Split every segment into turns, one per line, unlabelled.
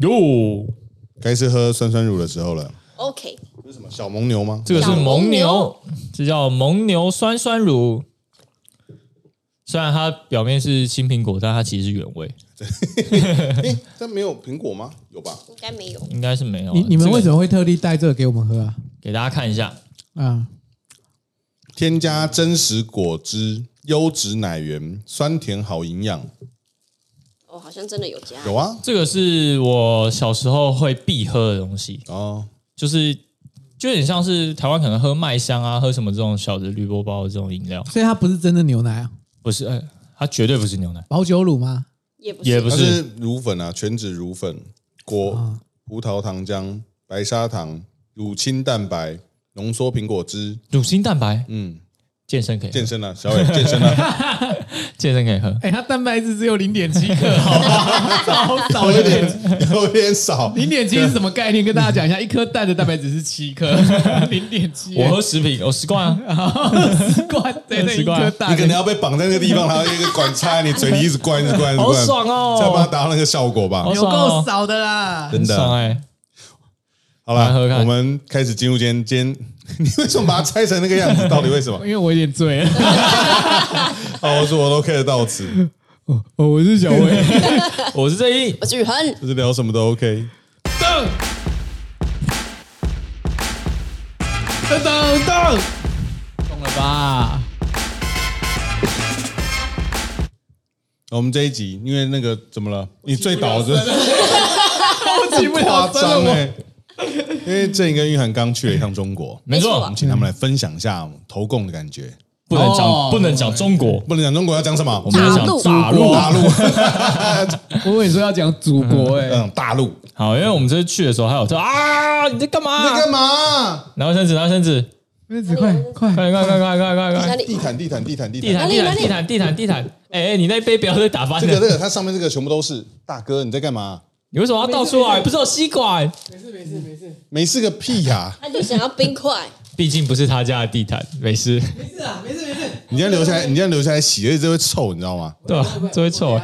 哟，
该是喝酸酸乳的时候了。
OK，
这是什么小蒙牛吗？
这个是
小
蒙
蒙
牛
牛，
这叫蒙牛酸酸乳。虽然它表面是青苹果，但它其实是原味，
哎，这没有苹果吗？有吧？
应该没有。
应该是没有啊。
你你们为什
么
么会特地带这个给我们喝啊？
给大家看一下？
啊，
添加真实果汁、优质奶源、酸甜好营养，
哦，好像真的有加。
有啊。
这个是我小时候会必喝的东西，
哦，
就是就有点像是台湾可能喝麦香啊，喝什么这种小的铝箔包的这种饮料，
所以它不是真的牛奶啊，
不是，呃它绝对不是牛奶，
保酒乳吗？
也不
也不
它
是啊
是乳粉啊，全脂乳粉、果、葡萄糖浆、白砂糖、乳清蛋白、浓缩苹果汁。
乳清蛋白，
嗯，
健身可以喝，
健身 啊，小伟健身啊，
健身可以喝。
哎、它蛋白质只有零点七 克，好吧，好少一 点。
有点少。
零点七是什么概念？跟大家讲一下，一颗蛋的蛋白质是七 克，零点七。
我喝十瓶，我十罐啊，
十罐，对对，
十
一
罐
颗
你
蛋
可。能要被绑在那个地方，然后一个管插在你嘴里，一直灌，一直灌，一直灌，
好爽哦
才把它达到那个效果吧
好。
有够少的啦！
真的啊
很爽哎！
好
来喝喝
了，
看
我们开始进入今天。今天 你为什么把它拆成那个样子？到底为什么
因？为我有点醉了，
好，我说我都 OK 得到此，
哦，我是小薇。
我是这一，
我是雨恒，
就是聊什么都 OK。
噔噔噔，懂了吧？
我们这一集因为那个怎么了？你醉倒是不是
我起不
夸
了身了，
张
我
哎！因为郑颖跟玉涵刚去了一趟中国，
没
没
错
错，
请他们来分享一下投共的感觉。
不能
哦
讲不能讲中国，
不能讲中国，要讲什么？我
我
们
们要讲大
大
陆。
大陆，
我跟你说要讲祖国哎、
嗯，大陆，
好，因为我们这次去的时候，还有说啊，你在干
你在
嘛？
干嘛？
拿卫生纸，拿卫生纸，
妹子快快
快点，快点快点快点快 点快
哪
点！
地
里？
毯，地毯，地毯，地
地
毯。
毯，
哪
地毯，地
里
毯，地毯，地毯。哎，哎你那杯不要再打翻
这个，这
了。
个，它上面这个全部都是。大哥，你在干嘛？
你为什么要倒出来？不是有吸管？
没事个屁呀！
他就想要冰块，哎
毕竟不是他家的地毯，没 事，
你这样留下来，你这样留下来洗，而且这会臭，你知道吗？
对吧？
哦
这会臭啊。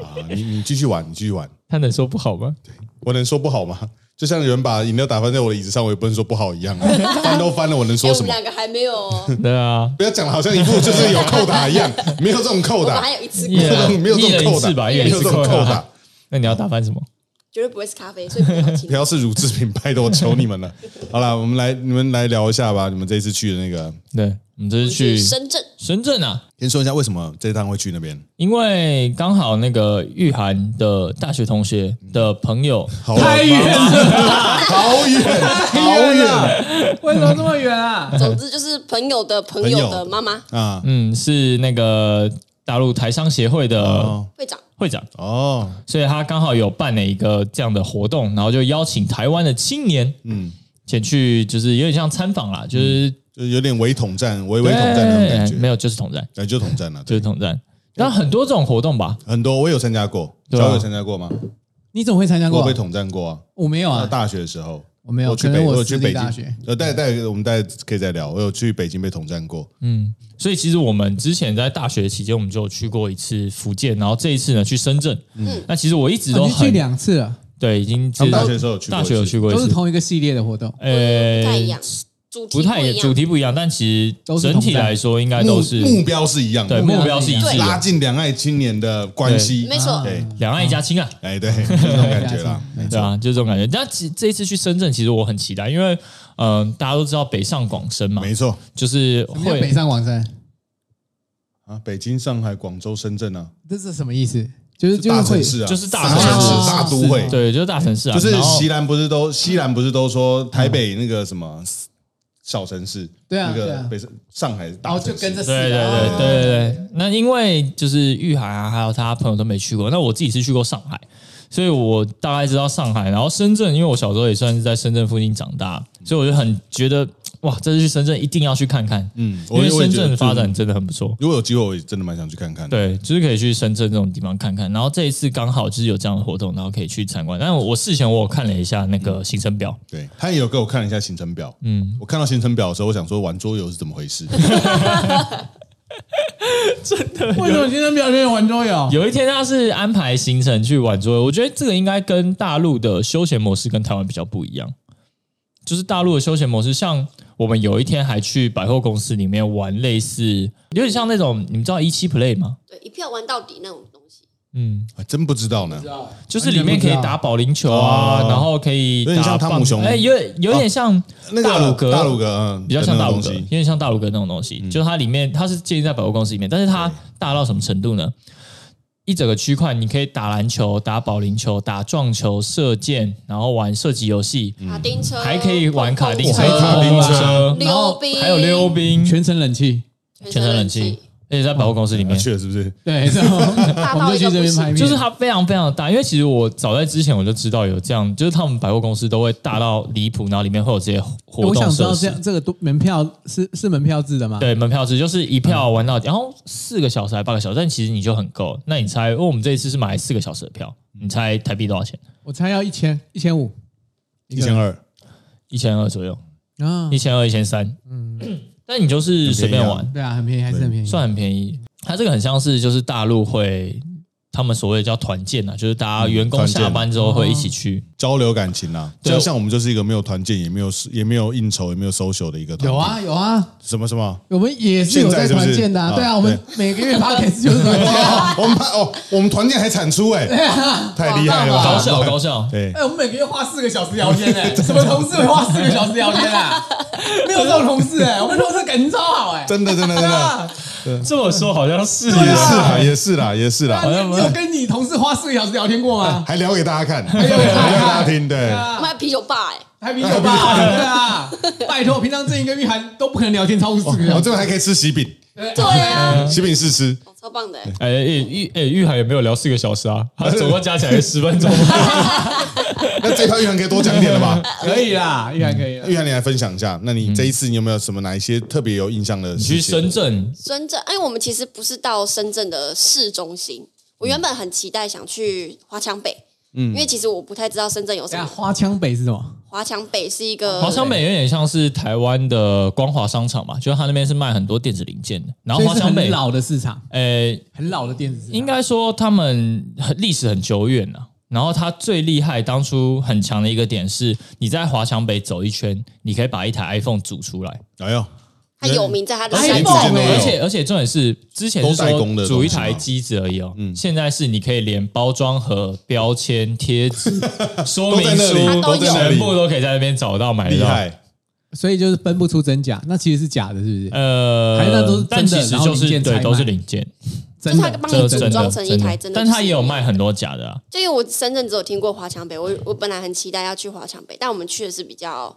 啊，你你继续玩，你继续玩。
他能说不好 吗？
我能说不好吗？就像有人把饮料打翻在我的椅子上，我也不能说不好一 样啊。翻都翻了，我能
哎，
说
我
什
们
么？
两个还没有哦，
对啊，
不要讲的好像一副就是有扣打一 样，没有这种扣
我们
打，
还有一次
一
过，
人
没有这
一
种
人一
扣打，
次吧，一
没
人一
有
次
这种扣
打
打。。
那你要打翻什么？
绝对不会是咖啡，所以不要 听
不。要是乳制品拜托，我求你们了。 好了，我们来你们来聊一下吧。你们这次去的那个，
对，我们这次去
去深圳，
深圳啊，
先说一下为什么这趟会去那边。
因为刚好那个玉涵的大学同学的朋友，
好太远了，好远，好远
了，为什么这么远啊？
总之就是朋友的朋友的妈妈
啊！
嗯，是那个大陆台商协会的
哦
会长，
会长，
哦，
所以他刚好有办了一个这样的活动，然后就邀请台湾的青年
嗯，
前去，就是有点像参访啦，就是
就有点伪统战、伪伪
对
嗯统战那种感觉，
没有，就是统战，
感觉就统战了。
就
对，
是统战。但很多这种活动吧，
很多我有参加过，
对啊
小伟有参加过吗？
你怎么会参加
我
过
被？统战过啊，
我没有
我
啊，
大学的时候。
我没有，
我去
可
北，
能
我
私
去
立
北
大
京
学。，
呃，待待，我们待可以再聊。我有去北京被统战过，
嗯，所以其实我们之前在大学期间，我们就有去过一次福建，然后这一次呢去深圳。嗯，那其实我一直
啊
都
你去
很、
两次了，
对，已经
他们大学的时候有去过
大学有去过一
都是
次，呃
同一个系列的活动。
不太一样，主题
哎不太
一
主
样，
题不一样，但其
都
实
是
整体
统战
来说应该
目
都是
目标是一样
对
的，
目标是一致
拉
的，
近两岸青年的关系。
没错，
对，
两岸一家亲啊，
哎，对，就是这种感 觉啦。
嗯
对啊，就这种感觉。但其这一次去深圳，其实我很期待，因为嗯、呃大家都知道北上广深嘛，
没错
就是
什么叫
会
北上广深？
啊，北京、上海、广州、深圳啊，
这是什么意思？就是就
大
是
城
会
市啊，
就是大城
市、
市
大都会。
对，就是大城市啊，
就是
然后
西兰不是都西兰不是都说台北那个什么小城市，
对啊
那
对
个
啊
北上上海大
哦，
城
就跟着
市，
死
对对
啊
对对对对，那因为就是玉涵啊，还有他朋友都没去过，那我自己是去过上海，所以我大概知道上海，然后深圳，因为我小时候也算是在深圳附近长大，所以我就很觉得哇，这次去深圳一定要去看看，
嗯，
因
我
为
我
深
也觉得
圳发
就是
展真的很不错。
如果有机会，我也真的蛮想去看看。，
对，就是可以去深圳这种地方看看。然后这一次刚好就是有这样的活动，然后可以去参观。但我事前我有看了一下那
嗯
个行程表，
对他也有给我看了一下行程表，
嗯，
我看到行程表的时候，我想说玩桌游是怎么回事？
为什么今天表演玩桌游？
有一天他是安排行程去晚桌游，我觉得这个应该跟大陆的休闲模式跟台湾比较不一样。就是大陆的休闲模式，像我们有一天还去百货公司里面玩类似，有点像那种你们知道一期 play 吗？
对，一票玩到底那种东西，
嗯，
还哎真不知道呢。
就是里面可以打保龄球
哦
啊，然后可以
有点
打
像汤姆
棒
熊哦
哎，有点有点像
那个
大鲁格，
大鲁格嗯
比较像大鲁
的
格，
那种东
有
西
点像大鲁格那种东西。
嗯
就是它里面它是建立在百货公司里面，但是它大到什么程度呢？一整个区块你可以打篮球、打保龄球、打撞球、射箭，然后玩射击游戏，
卡丁车
还可以玩卡丁车、哦
还有卡丁车嗯然
溜
后
冰，
还有溜冰、
全程冷气，
全
全身冷气，而且在百货公司里
你
嗯
面。
嗯
去了啊是不是？
对，然后
大
我们
到
就
一
去
个
这
不
边拍
行。
片，
就是它非常非常大，因为其实我早在之前我就知道有这样，就是他们百货公司都会大到离谱，然后里面会有这些活动
我想知道
设
这
施。
样这个多门票是是门票制的吗？，
对，门票制就是一票玩到底，然后四个小时还八个小时，但其实你就很够。那你猜，因为我们这一次是买四个小时的票，你猜台币多少钱？
我猜要一千一千五
一千二，
一千二左右，
啊
一，千二、一千三。嗯， 但你就是随便嗯
很便
玩，
对啊，很便宜，还是很便宜，
算很便宜。它这个很像是就是大陆会他们所谓叫团建啊，就是大家员工
团建
下班之后会一起去。
交流感情啦。
对
就像我们就是一个没有团建，也没有也没有应酬，也没有 social 的一个团体。
有啊有啊，
什么什么？
我们也是有在团建的啊，
现在是不是
对啊，
啊
我们每个月 p o d 就是 团建啊，
我们拍哦，我们团建还产出 哎，太厉害了吧！
高效 高效，
对，
哎，我们每个月花四个小时聊天 哎，什么同事会花四个小时聊天啊？ 没有这种同事哎，我们同事感情超好哎，
真的真的真
对
的，
啊，
这么说好像是
也是啦，也是啦，也是
啊
啦，
你你有跟你同事花四个小时聊天过 吗？
还聊给大家看，还
啊聊给大家看
聊给大家听，对，
我们还啤酒吧哎，
还啤酒吧， 对啊，拜托，平常郑怡跟玉涵都不可能聊天超过四个
我
小
这
时，
边哦还可以吃喜饼，
对啊，
喜饼试吃，
哦超棒的哎，
哎玉哎玉海也没有聊四个小时啊，他总共加起来十分钟。
那这一盘玉涵可以多讲点了吧？
可以啦，玉涵可以啦。
玉涵，你来分享一下，那你这一次你有没有什么哪一些特别有印象 的
嗯你去
事
深
情？
圳，
深圳，哎，我们其实不是到深圳的市中心，我原本很期待想去华强北，嗯，因为其实我不太知道深圳有什
等一下
么。
花腔北是什么？
华强北是一个
呃
华强北有点像是台湾的光华商场嘛，就是它那边是卖很多电子零件的。然后
所以
华
是
强
很
北，
老的市场，
呃，
很老的电子市场，
应该说他们很历史很久远了、然后它最厉害，当初很强的一个点是，你在华强北走一圈，你可以把一台 iPhone 组出来。
哎呦，
它有名在它的
而
山
且
哎
上。
iPhone
哦
棒欸
而且而且重点是，之前是
都代工的
说组一
东西嗯
台
吗
机子而已哦，现在是你可以连包装盒、标签、贴 纸、说明
都在那
书
里
它都有
全部都可以在那边找到买得
厉
到。
害，
所以就是分不出真假，那其实是假的，是不是？
呃，
还是那都是
但
真
其
的
实
然后
就
零
是
件
对，
拆
都是
卖
零件，
真
就是
的
他帮
这
你
真
组
的
装成一台真的
但
就是
它也有卖很多假的啊。
就因为我深圳只有听过华强北，我我本来很期待要去华强北，但我们去的是比较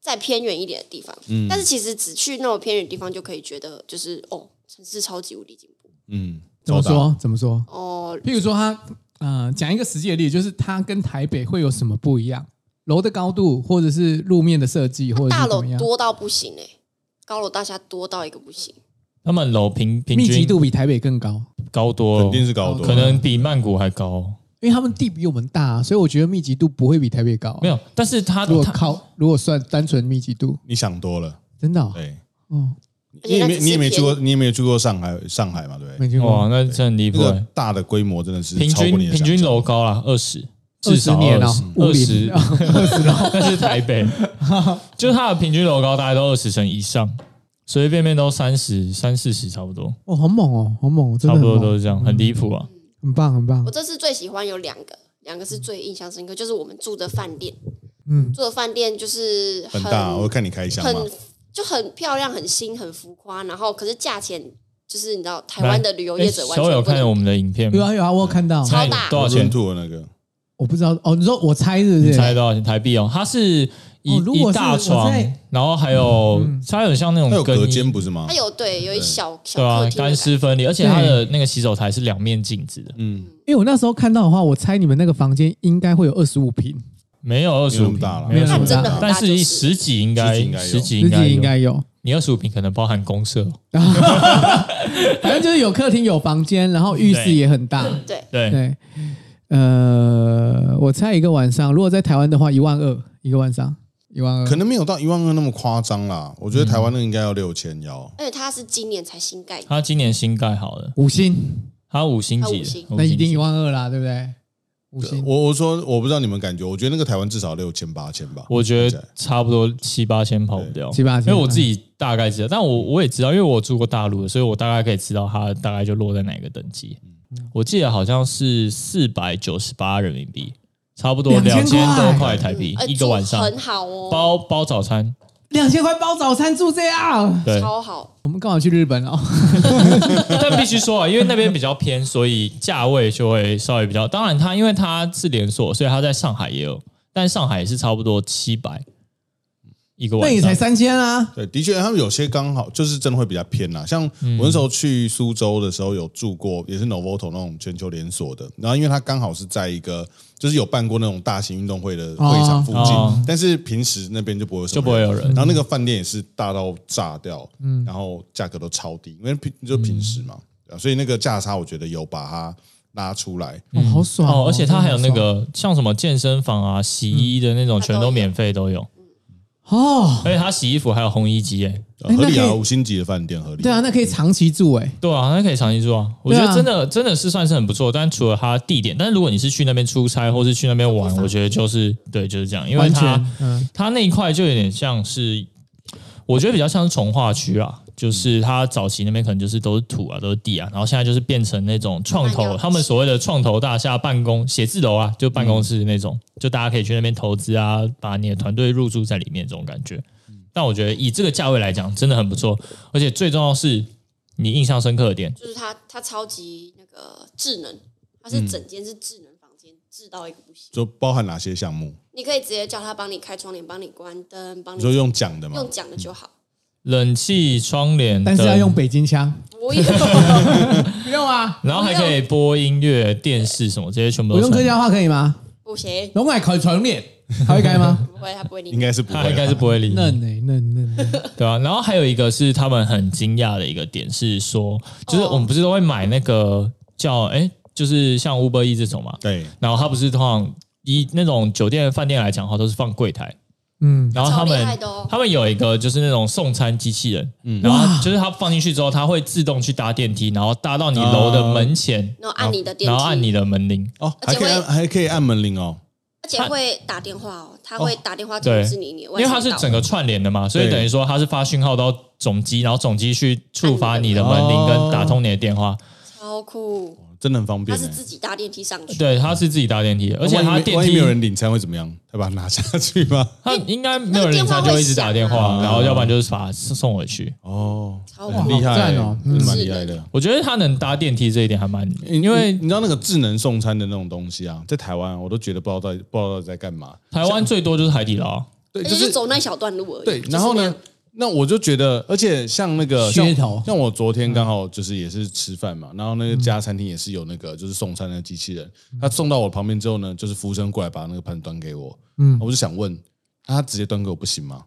再偏远一点的地方。
嗯
但是其实只去那种偏远地方就可以觉得就是哦，城市超级无敌进步
嗯，
怎么
周达？
说？怎么说？
哦。
譬如说他，呃，讲一个实际的例子，就是它跟台北会有什么不一样？楼的高度，或者是路面的设计，或者
大
是怎
楼
么样？
多到不行哎、高楼大厦多到一个不行，
他们楼平平
密集
均
度比台北更高，
高多了，
肯定是高
哦
多，
可能比曼谷还高。
因为他们地比我们大、所以我觉得密集度不会比台北高、啊
没有，但是它
如果
它
靠，如果算单纯密集度，
你想多了，
真的、哦，
对，
嗯，
你也没
而且那只是
你也没去过，
便
你也没有去过上海上海嘛，对不对？
没听
哇，
过。
那真的很离
这
谱
个
欸。
大的规模真的是
平
超
均
过你的
平
想
均
象
楼高啦，二十，
二
至
十
少
年哦，
二
50
十，那是台北，就是它的平均楼高大概都二十层以上，随随便便都三十三四十差不多，
哦，好猛哦，好猛，哦，真
差
的
不
很
多
猛
都是这样，很离谱啊。
很棒，很棒
我。这次最喜欢有两个，两个是最印象深刻，就是我们住的饭店，
嗯，
住的饭店就是
很大，我看你开箱嘛，
很就很漂亮、很新、很浮夸，然后可是价钱就是你知道台湾的旅游业者
诶
完
小友
全
哎有
不能
看我们的影片
有
吗？
啊有啊，我有看到，
超大
多少
温
钱？
度的那个，
我不知道哦，你说我猜是不
你
是？
猜多少钱台币哦？它是一
哦如果是
一大
我
床
在，嗯
然后还有它有像那
它有
种
隔
更
间
衣，
不是吗
它？有对有一小小
对啊
客，厅的
干
感觉，
湿分离，而且它的那个洗手台是两面镜子的，
嗯，
因为我那时候看到的话，我猜你们那个房间应该会有二十五平，
没有二十
没有
五
那么大啦
没有
没有那么
25
大
平但是十几应
十
该
几应该有
十几
自
应该
己应
有
该有。
你二十五平可能包含公社，
反正就是有客厅、有房间，然后浴室也很大。
对，
对，
对，呃，我猜一个晚上，如果在台湾的话，一万二一个晚上。一万二，
可能没有到一万二那么夸张啦。我觉得台湾那个应该要六千幺，
而且它是今年才新盖的，
他今年新盖好的，
五星，
他五星
他
级
五星
的，
那一定一
有。
万二啦，对不对？五星，
我我说我不知道你们感觉，我觉得那个台湾至少六千八千吧。
我觉
看
得
起来
差不多七八千跑不掉，
七八
因
千
为我自己大概知道，但我我也知道，因为我住过大陆的，所以我大概可以知道它大概就落在哪个等级。我记得好像是四百九十八人民币，差不多两
2000
千多
块
块台币
呃
一个晚上
住，很好哦，
包包早餐，
两千块包早餐住这样，
对，
超好，
我们刚好去日本哦，
但必须说啊，因为那边比较偏，所以价位就会稍微比较。当然它，因为它是连锁，所以它在上海也有，但上海也是差不多七百一个
那
晚
也才
上。
三千啊，
对，的确，他们有些刚好就是真的会比较偏啦。像
嗯
我那时候去苏州的时候，有住过也是 Novoto 那种全球连锁的，然后因为它刚好是在一个就是有办过那种大型运动会的会场附近，
哦
但是平时那边就不会有什么
就不会有人嗯
然后那个饭店也是大到炸掉，然后价格都超低，因为平就平时嘛，对啊所以那个价差我觉得有把它拉出来。
哦，好爽
哦，而且它还有那个像什么健身房啊、洗衣的那种，全都免费都有。
哦，
而且它洗衣服还有烘衣机，哎，
哎
合理
那
啊，
可以
五星级的饭店合理。
对啊，那可以长期住哎，
对啊，那可以长期住啊。我觉
对
得
啊
真的真的是算是很不错，但除了它地点，但是如果你是去那边出差或是去那边玩，我觉得就是对，就是这样，因为
完
它
全嗯
它那一块就有点像是，我觉得比较像是从化区啊，
嗯
就是它早期那边可能就是都是土啊，都是地啊，然后现在就是变成那种创
慢
投，
慢
他们所谓的创投大厦、办公写字楼啊，就办公室那
嗯
种，就大家可以去那边投资啊，把你的团队入驻在里面这种感觉。
嗯
但我觉得以这个价位来讲，真的很不错，而且最重要是你印象深刻的点，
就是它它超级那个智能，它
嗯
是整间是智能房间，智到一个不行，
就包含哪些项目？
你可以直接叫它帮你开窗帘，帮你关灯，帮
你
你
说用讲的嘛？
用讲的就好，
冷气、窗帘，
但是要用，北京腔，
我也
不用啊，
然后还可以播音乐、电视什么这些全部
我
都
用
算
客家话可以吗？
不行，
龙海口唇脸，他会改吗？
不会，它不会理
应
你。
该是不会
他
啦，
啊应该是不会理你。
嫩哎嫩嫩嫩，
对啊，然后还有一个是他们很惊讶的一个点是说，
哦
就是我们不是都会买那个叫哎，就是像 Uber E 这种嘛，
对。
然后它不是通常以那种酒店饭店来讲的话，都是放柜台，
嗯，
然后他
超厉
们
害的哦
他们有一个就是那种送餐机器人，然后就是它放进去之后，它会自动去搭电梯，然后搭到你楼的门前，
然后按你的电
然后按
梯，
你的门铃，
哦，还
而且
可以按，
会
还可以按门铃哦。
而且会打电话哦，他会打电话通
对
知你，你因
因为它是整个串联的嘛，所以
对
等于说它是发讯号到总机，然后总机去触发你的门铃
哦
跟打通你的电话。
超酷，
真的很方
他
便、
是
欸。
自己搭电梯上去，
对，他是自己搭电梯的，而且
哦万一
他
没
电
万一
梯
没有人领餐会怎么样？他把它拿下去吗？
他应该没有人，他就会一直打电
那个
话，
啊
然后要不然就是把送回去。
哦，
超
很
棒
厉害、
好
欸，
赞哦
真的蛮
嗯
厉害的。
我觉得他能搭电梯这一点还蛮，因为
你你知道那个智能送餐的那种东西啊，在台湾我都觉得不知道在不知道在干嘛。
台湾最多就是海底捞，
对，
而
就
且就是哎走那一小段路而已。
对，
就是
然后
那
呢
嗯
样？，
那我就觉得，而且像那个
噱
像
头
像我昨天刚好就是也是吃饭嘛，然后那个家餐厅也是有那
嗯
个就是送餐的机器人，他送到我旁边之后呢，就是服务生过来把那个盘端给我，嗯，我就想问，那他直接端给我不行吗？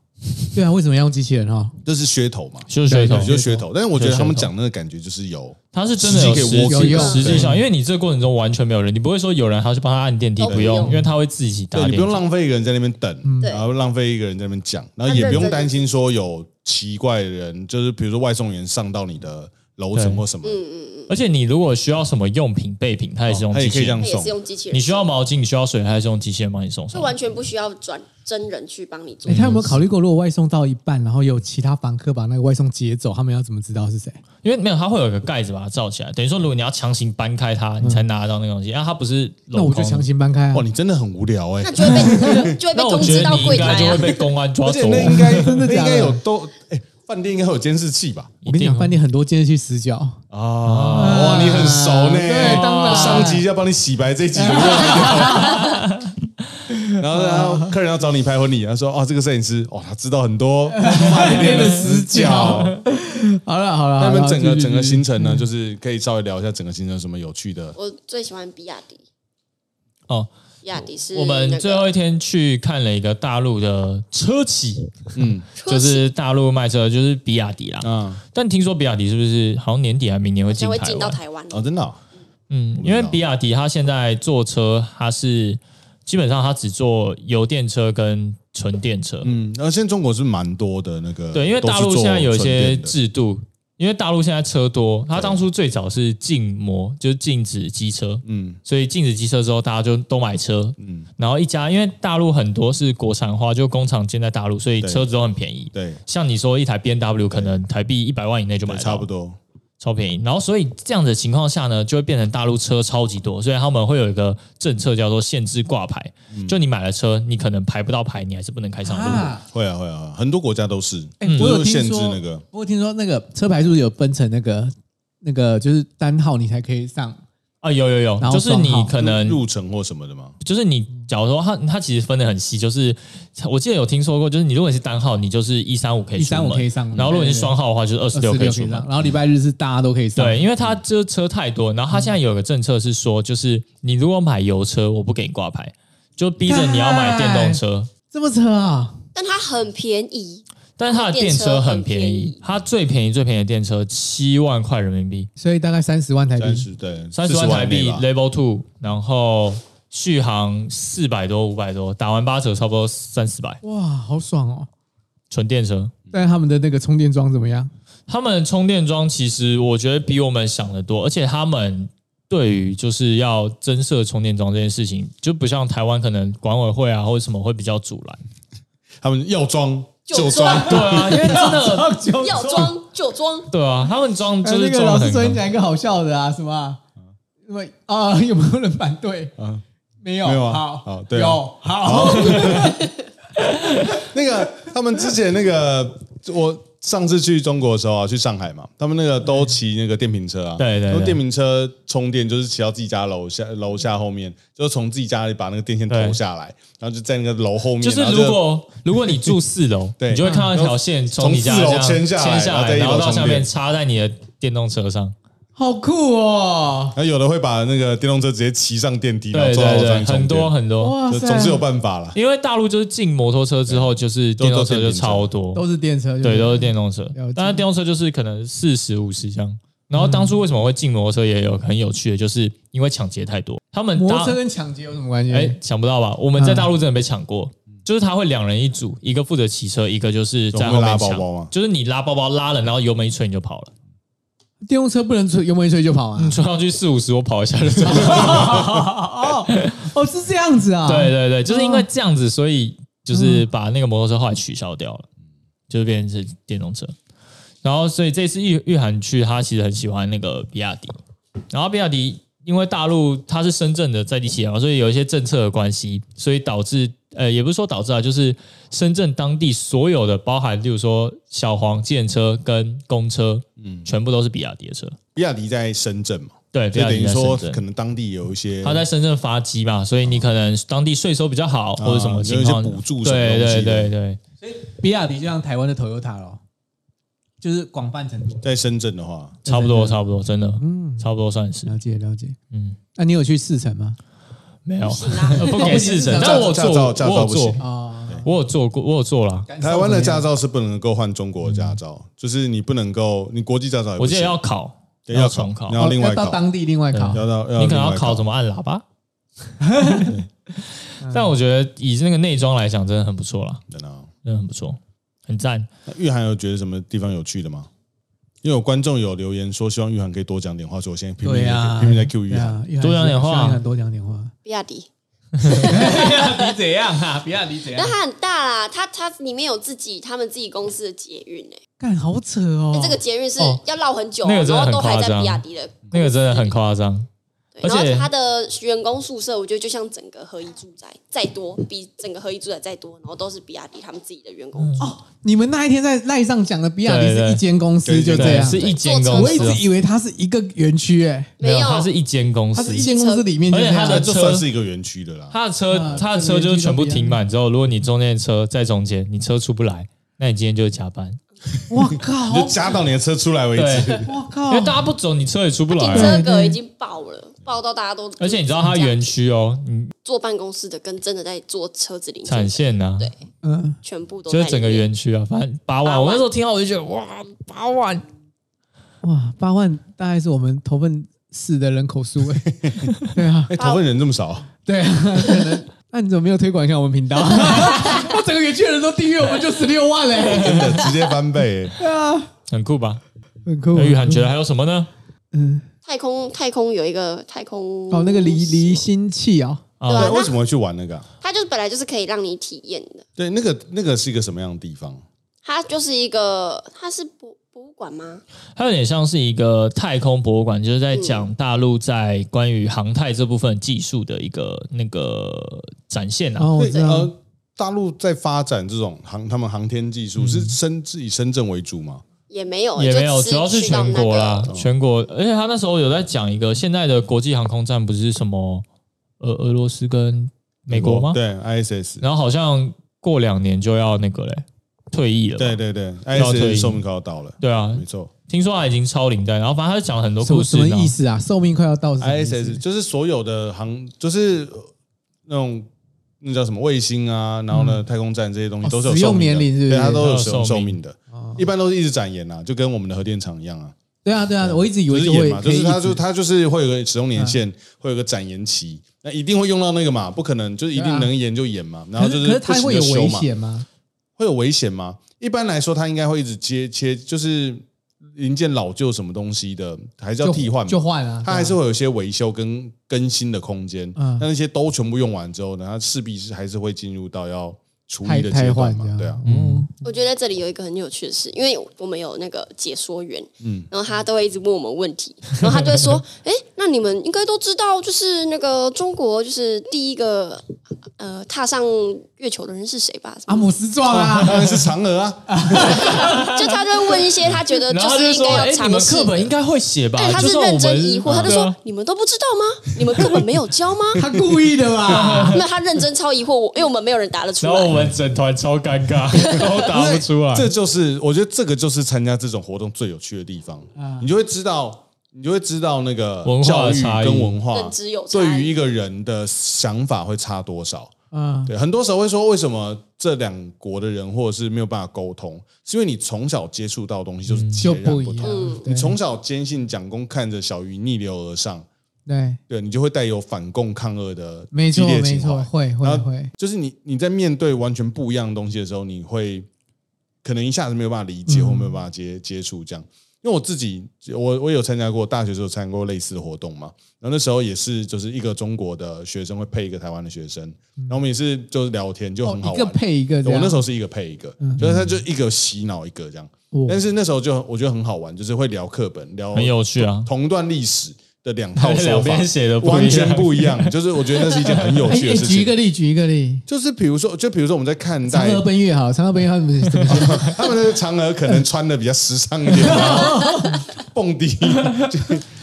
对啊，为什么要用机器人哈？
这是噱头嘛，
就是水桶
对，
就是噱头，但是我觉得他们讲那个感觉就是有，
他是真的有
实
实
际可以 walk
有用
实际上，因为你这个过程中完全没有人，你不会说有人还去帮他按电梯，
都不
哦不用，
用
因为他会自己
对
搭
你不
电
用
梯。
浪费一个人在那边等，
对
然后浪费一个人在那边讲，然后也不用担心说有奇怪的人，就是比如说外送员上到你的楼层
对
或什么，
而且你如果需要什么用品备品，他也是用
他
机
也哦可以
器
这样
人。
他也
送
是。用机器人，
你需要毛巾，你需要水，他也是用机器人帮你送
就
上来。
完全不需要转真人去帮你做
哎，。他有没有考虑过，如果外送到一半，然后有其他房客把那个外送劫走，他们要怎么知道是谁？
因为没有，它会有一个盖子把它罩起来，等于说如果你要强行搬开它，你才
嗯
拿得到那个东西。然啊后它不是
那
镂
我
空
就
的
强行搬开啊
哇，！
哦
你真的很无聊哎、
那就 会被就会被
那我
通
觉
知
得
到
你应
柜台
该就会
啊！
被公安抓
而且
走。哦
那应该
真的
那
假
应
的
该有都哎，饭店应该会有监视器吧？
我跟你
一定
讲，
啊
饭店很多监视器 死角，
啊，哇，你很熟
啊
呢。
对当然
上集要帮你洗白这一集的问题。 然后，然后客人要找你拍婚礼，他说：“哦，这个摄影师，哦，他知道很多饭店的死角。
好了好”了，
那
好
你啊
了
们整个
继续
整个
继续
行程呢，就是可以稍微聊一下整个行程有什么有趣的。
我最喜欢比亚迪，
哦，
比亚迪是
我
那
们
个
最后一天去看了一个大陆的车企，
嗯
就是大陆卖车，就是比亚迪啦。
啊，
但听说比亚迪是不是好像年底还啊明年会进
将会
台
进到
湾？
台湾。
哦，真的哦
嗯，因为比亚迪它现在做车，它是基本上它只做油电车跟纯电车。
嗯，然后现在中国是蛮多的那个，
对，因为大陆
都是做
现在有一些
纯电的
制度，因为大陆现在车多，它当初最早是禁摩，就是禁止机车，
嗯
所以禁止机车之后，大家就都买车。
嗯，
然后一家，因为大陆很多是国产化，就工厂建在大陆，所以
对
车子都很便宜。
对，
像你说一台 B N W 可能台币一百万以内就买
对
得到
差不多，
超便宜。然后所以这样的情况下呢，就会变成大陆车超级多，所以他们会有一个政策叫做限制挂牌，
嗯
就你买了车，你可能排不到牌，你还是不能开上路。
啊，
会啊会啊，很多国家都是，
哎、
就
我有
是
听
限制
说
那个，
我有听说那个车牌是不是有分成那个那个就是单号你才可以上？
啊，有有有，
然后
就是你
双号
可能
入城或什么的嘛，
就是你，假如说它它其实分的很细，就是我记得有听说过，就是你如果你是单号，你就是一三五可以出门
135可以上门
然后如果你是双号的话，就是二十六
26
可以
以
出
上，
门。
然后礼拜日是大家都可以上。
对，，嗯因为它这车太多，然后它现在有个政策是说，就是你如果买油车，我不给你挂牌，就逼着你要买电动车。
这么扯啊！
但它很便宜，
但是它的电车很便
电车很便
宜
宜，
它最便宜最便宜的电车七万块人民币，
所以大概三十万台
三
币。
十对
三十万
40
台币
内吧
，Level Two，然后续航四百多五百多，打完八折差不多三四百，
哇，好爽哦！
纯电车。
但他们的那个充电桩怎么样？
他们充电桩其实我觉得比我们想的多，而且他们对于就是要增设充电桩这件事情，就不像台湾可能管委会啊或者什么会比较阻拦。
他们要装
就
就
装
装，
对啊，因为真的
要装就装。
对啊，他们装
还
呃
就
有
是
呃那个
装
老
得
师昨天
很高。
讲一个好笑的啊，什么啊什么啊？ 有没有人反对？
嗯
没有，
没有啊
好，
好对啊
有好，
那个他们之前那个我。上次去中国的时候啊，去上海嘛，他们那个都骑那个电瓶车啊，
对对对
用电瓶车充电就是骑到自己家楼下，楼下后面就是从自己家里把那个电线投
对
下来，然后就在那个楼后面，
就是
然后
如果如果你住四楼，
对
你就会看到一条线从你家
从
这
四楼
样
牵下来
牵下
然后
来，
在一
然
楼
后到
充
下
电
面插在你的电动车上。
好酷哦！
然后有的会把那个电动车直接骑上电梯，然后
对
坐到
对
楼
对，
上去充
很多
电
很多。
哇
就
塞，
总是有办法啦。
因为大陆就是进摩托车之后，就是电动车就超多，
都是电车，
对，都是电动车
了解。嗯
但是电动车就是可能四十五十这样。然后当初为什么会进摩托车也有很有趣的，就是因为抢劫太多，他们
摩
搭
托车跟抢劫有什么关系？
哎想不到吧？我们在大陆真的被抢过，
嗯
就是他会两人一组，一个负责骑车，一个就是在后
总会
面
拉包包
抢
吗，
就是你拉包包拉了，然后油门一吹你就 跑了，
电动车不能吹，油门一吹就跑啊
你！穿上去四五十，我跑一下就走了。
哦哦，是这样子啊！
对，对对，就是因为这样子，所以就是把那个摩托车后来取消掉了，就是变成是电动车。然后，所以这次玉玉涵去，他其实很喜欢那个比亚迪。然后比亚迪因为大陆它是深圳的在地企业嘛，所以有一些政策的关系，所以导致呃，也不是说导致啊，就是深圳当地所有的，包含例如说小黄、电车跟公车，嗯，全部都是比亚迪的车。
比亚迪在深圳嘛，
对，比
就
亚
等
迪
于
在
说
深圳
可能当地有一些
他在深圳发机嘛，所以你可能当地税收比较好，或者什么情况，
啊有一些补助什么
对
东西
对
的
对对，
比亚迪就像台湾的 Toyota 咯，就是广泛程度。
在深圳的话，
差不多差不多，真的，
嗯，
差不多算是，
了解了解。
嗯，
那你有去试乘吗？
没有
行啊啦
不给四成，但我有
驾照
做，
驾
我有
照不
做
行，
哦，
我有做过，我有做了，
感受
台湾的
怎么
驾
样
照是不能够换中国的驾照，就是你不能够，你国际驾照也不
嗯我记得
行
要考，
对要
重考
然，后另
哦
外
要到
考，
当地另外考
对。
要到要
你可能
另
要
外
考怎么按喇 叭。但我觉得以那个内装来讲，真的很不错啦，
真的啊
真的很不错，很赞。
那玉涵有觉得什么地方有趣的吗？因为有观众有留言说希望玉涵可以多讲点话，所以我现在拼命
对
在
呀，
拼命在 Q 玉
对
涵。
啊玉涵
多讲点
是
话
希望玉涵多讲点话。
比亚迪，
比亚迪怎样啊？ 比亚迪怎
但它很大啦，它它里面有自己他们自己公司的捷运哎、
干好扯哦！
这个捷运是
哦
要绕很久、啊
那个真的
然后都
很夸
还在
张
比亚迪的，
那个真的很夸张，
对
而
然后
且哦
它的员工宿舍，我觉得就像整个合一住宅再多，比整个合一住宅再多，然后都是比亚迪他们自己的员工住。
哦，你们那一天在赖上讲的比亚迪
对对
是一间公司，
对
就这
对，
样。
是一间
坐车
公
我一
司啊
直，以为它是一个园区，哎，
没
没有
它是一间公
它
司，
是一间公司里面就
而
这
且它
样。
的
这
车
算是一个园区的啦，
他的车，
啊
他的车就是全部停满之后，如果你中间的车在中间，你车出不来，那你今天就是加班，
我
你就
靠！
加到你的车出来为止。
对，
我
因
靠！
为大家不走，你车也出不来
停
啊、
车格已经爆了，爆到大家都。
而且你知道它园区哦，你
坐办公室的跟真的在坐车子零件
产
的，
线呐、
对，
嗯，
全部都
就是
在
整个
里面
园区啊，反正八万。
八万
我那时候听到我就觉得哇，八万，
哇，八万大概是我们 头份市的人口数哎。对啊，
哎，头份人这么少，
对啊，可能。那你怎么没有推广一下我 们频道？我整个园区的人都订阅我们就十六万嘞、
真的直接 翻倍。
很酷吧？
很酷
那。玉涵觉得还有什么呢？
太空太空有一个太空
哦，那个离离心器哦，
啊
对啊
对，为什么会去玩那个啊？
它就是本来就是可以让你体验的，
对，那个那个是一个什么样的地方？
它就是一个它是博博物馆吗？
它有点像是一个太空博物馆，就是在讲大陆在关于航太这部分技术的一个那个展现啊。
哦，我
对
知道，
呃，大陆在发展这种航他们航天技
嗯
术，是深是以深圳为主吗？
也没有，
也没
哦
有，
就只
主要是
去到
全
那
国
个哦
啦，全国。而且他那时候有在讲一个现在的国际航空站，不是什么俄俄罗斯跟美国吗？
对，ISS，
然后好像过两年就要那个嘞，退役了。
对，对对
要退役
，ISS 寿命快要到了，
对啊
没，错
听说他已经超龄代，然后反正他就讲了很多
什
故
么
事。
什么
然后
意思啊？寿命快要到是什么意思
，ISS 就是所有的航，就是呃那种那叫什么卫星啊，然后呢，太空站这些东西
哦
都是有
使用
寿命的
年龄是不是
对，它都有
它有
使用
寿
寿
命
命的，
哦
一般都是一直展延啊，就跟我们的核电厂一样啊。
对啊对啊，我一直以
不
为
是
就
延
会
嘛，就
可
是
以
它
一直嗯
就它就是会有个使用年限，会有个展延期，那一定会用到那个嘛，不可能就是一
对
定
啊
能延就延嘛，然
可
后
是
就
可是
不
它
行
会
就
有
修
危
嘛，
险吗？
会有危险吗？一般来说，它应该会一直接切，就是零件老旧什么东西的，还是要
就
替换嘛，
就换啊，
它还是
对啊
会有一些维修跟更新的空间，
嗯
但那些都全部用完之后呢，它势必是还是会进入到要处理
太
的
太
阶段
换这
嘛
样，，
对啊，
嗯，
我觉得这里有一个很有趣的事，因为我们有那个解说员，嗯，然后他都会一直问我们问题，然后他就会说：“哎，那你们应该都知道，就是那个中国就是第一个呃踏上月球的人是谁吧？”
阿姆斯壮啊，
当然是嫦娥啊，
就他就会问一些他觉得
啊然后他
呃是
就
应
说：“
该
哎
要，
你
尝
们
试
课本应
的。
该会写吧？”
对，他
就是算我
认
们
真疑惑，他就
对
说
啊：“
你们都不知道吗？你们课本没有教吗 ？”
他故意的吧？
那他认真超疑惑，我因为我们没有人答得 出
然后我
来。
们整团超尴 尬，都答不出来。
这就是我觉得这个就是参加这种活动最有趣的地方，你就会知道，你就会知道那个
啊文化
教
的
育
差异
跟文化
认知有差异
对于一个人的想法会差多少。
嗯，
对，很多时候会说，为什么这两国的人或者是没有办法沟通，是因为你从小接触到的东西就是截
就
然
不
不
一样
同。
嗯。
对
你从小坚信蒋公看着小鱼逆流而上，
对，
对你就会带有反共抗俄的
没
激
错
烈
没
情
错，
怀。
会会
然后
会，
就是你你在面对完全不一样的东西的时候，你会可能一下子没有办法理
嗯
解，或没有办法接接触这样。因为我自己，我我有参加过大学时候参加过类似的活动嘛，然后那时候也是就是一个中国的学生会配一个台湾的学生，然后我们也是就是聊天就
嗯哦
很好
一
玩
个。配一个这
我
样，嗯
那时候是一个配一个，就是他就一个洗脑一个这样，
候
但是那时候就我觉得很好玩，就是会聊课本，聊
很有趣啊，
同段历史的两 套 说
两
法，
边写的不一样
完全不一样。就是我觉得那是一件很有
哎
趣的
哎，
事
举一
情。
个例，举一个例，
就是比如说，就比如说我们在看
嫦
待
娥奔月好，嫦娥奔月他们怎么讲？
他们的嫦娥可能穿的比较时尚一点，然后蹦迪， 就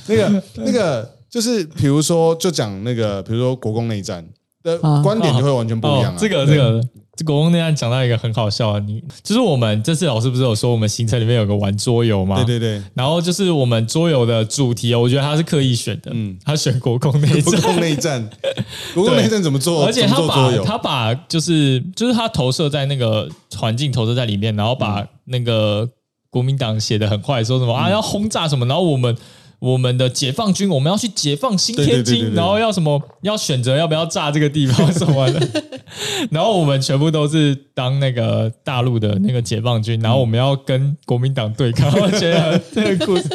那个那个就是比如说就讲那个，比如说国共内战的
啊
观点就会完全不一样
哦
啊。
这个这个，这国公那样讲到一个很好笑的，啊你就是我们这次老师不是有说我们行程里面有个玩桌游吗？
对对对，
然后就是我们桌游的主题，啊我觉得他是刻意选的，嗯
嗯，
他选国共那一
国
种，
共内战，国共内战怎么做？
而且
怎
他
么做
把
桌游？
他把就是就是他投射在那个环境投射在里面，然后
嗯
把那个国民党写的很坏，说什么、啊要轰炸什么，然后我们。我们的解放军，我们要去解放新
对对
天
对对
津，
对
然后要什么？要选择要不要炸这个地方什么的。 然后我们全部都是当那个大陆的那个解放军，然后我们要跟国民党对 抗。我觉得这个故事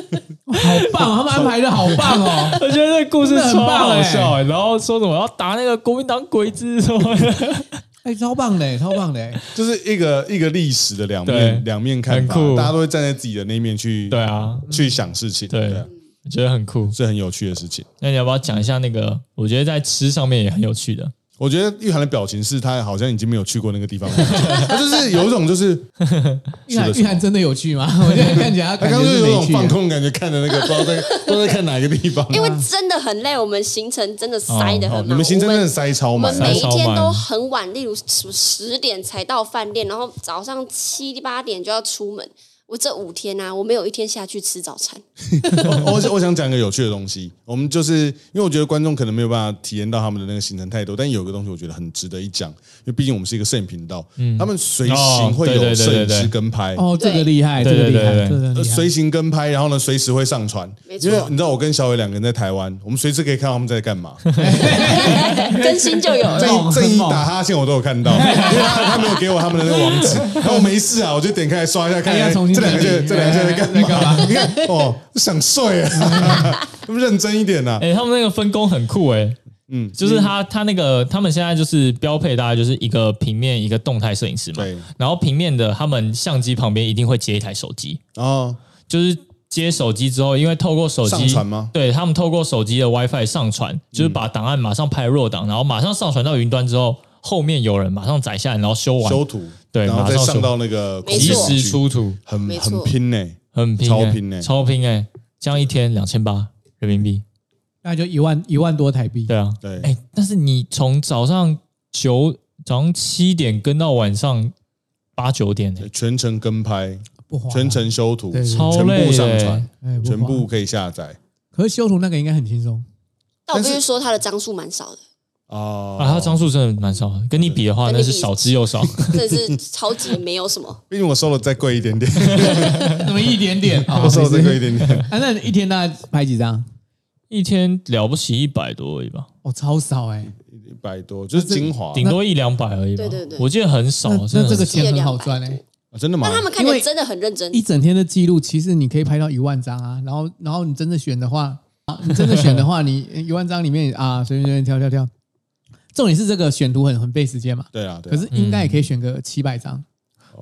好棒，啊他们安排的好 棒哦。
我觉得这个故事
真的很
超
棒
好
欸
笑、欸，然后说什么要打那个国民党鬼子什么的，
哎，超棒的，超棒的！
就是一个一个历史的两
对
面两面看法
很酷，
大家都会站在自己的那一面去
对啊，
去想事情，
对
啊
我觉得很酷。
是很有趣的事情。
那你要不要讲一下那个？我觉得在吃上面也很有趣的，
我觉得玉涵的表情是他好像已经没有去过那个地方了，他就是有一种就是
玉涵
是的
玉涵真的有趣吗？ 我现在看起来 他
他
感觉
刚刚
是
就有
没
种
趣
放
啊。
空的感觉，看着那个不知道在不知道在看哪一个地方。
因为真的很累，我们行程真的塞得很
哦
满。
你们行程
我
真的塞超
我
满啊
们，每一
超
天
慢
都很晚，例如什么十点才到饭店，然后早上七八点就要出门，我这五天啊，我没有一天下去吃早餐。
我我想我想讲一个有趣的东西，我们就是因为我觉得观众可能没有办法体验到他们的那个行程太多，但有一个东西我觉得很值得一讲，因为毕竟我们是一个摄影频道，他们随行会
哦对
有
对对
摄
对
影
对
师跟拍。
哦，这
对
个厉害，这
对对
个厉害，
对对
这个厉
呃
害。
随行跟拍，然后呢，随时会上传。
没错
因为你知道，我跟小伟两个人在台湾，我们随时可以看到他们在干嘛。
更新就有了。
正
猛
义正义
很猛
打哈欠我都有看到，因为他 他没有给我他们的那个网址，然后我没事啊，我就点开来刷一下，看一
哎
下
呀重新
这两个
整理
这两个在干
哎在干
嘛
嘛？
你看哦，想睡啊，他们认真一点呐。
哎、他们那个分工很酷哎、
嗯
嗯，就是他他那个他们现在就是标配，大概就是一个平面一个动态摄影师嘛。
对
然后平面的他们相机旁边一定会接一台手机，
哦，
就是接手机之后，因为透过手机
上传吗？
对他们透过手机的 WiFi 上传，就是把档案马上拍弱档，然后马上上传到云端之后，后面有人马上载下来，然后修完，
修图，
对
然后
马
再
上
上
修
到那个
没
及
错
时出图，
很
没
很
错
拼呢。
很拼、
超
欸，
拼欸
超拼哎、这样一天两千八人民币，
那就一万一万多台币。
对啊，
对
哎、但是你从早上九早上七点跟到晚上八九点、欸，
全程跟拍，
不划
全程修图，
对对
超
全
累、
部
欸，
上传，
哎不划
全部可以下载
可是修图那个应该很轻松，
但我
但
必
是
须说，它的张数蛮少的，
哦。
啊，他张数真的蛮少的，跟你比的话，
跟你
那
比
是少之又少。
真的是超级没有什么。
毕竟我收的再贵一点点，
那么一点点。
我收的再
没
贵
事
一点点。
啊，那你一天大概拍几张？
一天了不起一百多而已吧，
哦，超少哎。
一百多，就是精华，
顶多一两百而已吧。
对对对
我记得很少
那。
真的
那这个
很少
钱很好赚哎。
啊真的吗
但？他们看起
因
来
为
真的很认真
一，整天的记录，其实你可以拍到一万张啊。然后，然后你真的选的话，啊、你真的选的话，你 一万张里面啊，随便随便挑挑挑。重点是这个选图很很费时间嘛，
对啊，对啊
可是应该也可以选个七百张，